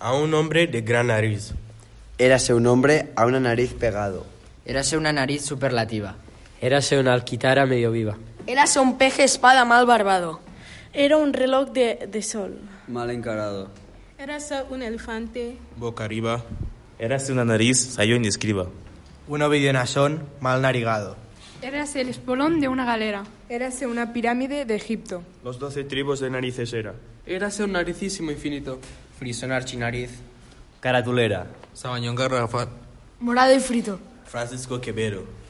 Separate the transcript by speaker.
Speaker 1: a un hombre de gran nariz,
Speaker 2: Érase un hombre a una nariz pegado.
Speaker 3: Érase una nariz superlativa.
Speaker 4: Érase una alquitara medio viva.
Speaker 5: Érase un peje espada mal barbado.
Speaker 6: Era un reloj de, de sol.
Speaker 2: Mal encarado.
Speaker 7: Érase un elefante.
Speaker 1: boca arriba,
Speaker 8: Érase una nariz, sayón y escriba.
Speaker 9: Un ovidionasón mal narigado.
Speaker 10: Érase el espolón de una galera.
Speaker 11: Érase una pirámide de Egipto.
Speaker 12: Los doce tribos de narices era.
Speaker 13: Érase un naricísimo infinito.
Speaker 3: Frisón archinariz.
Speaker 14: Caratulera.
Speaker 1: Sabañón Garrafal,
Speaker 5: Morado y frito.
Speaker 1: Francisco Quevedo,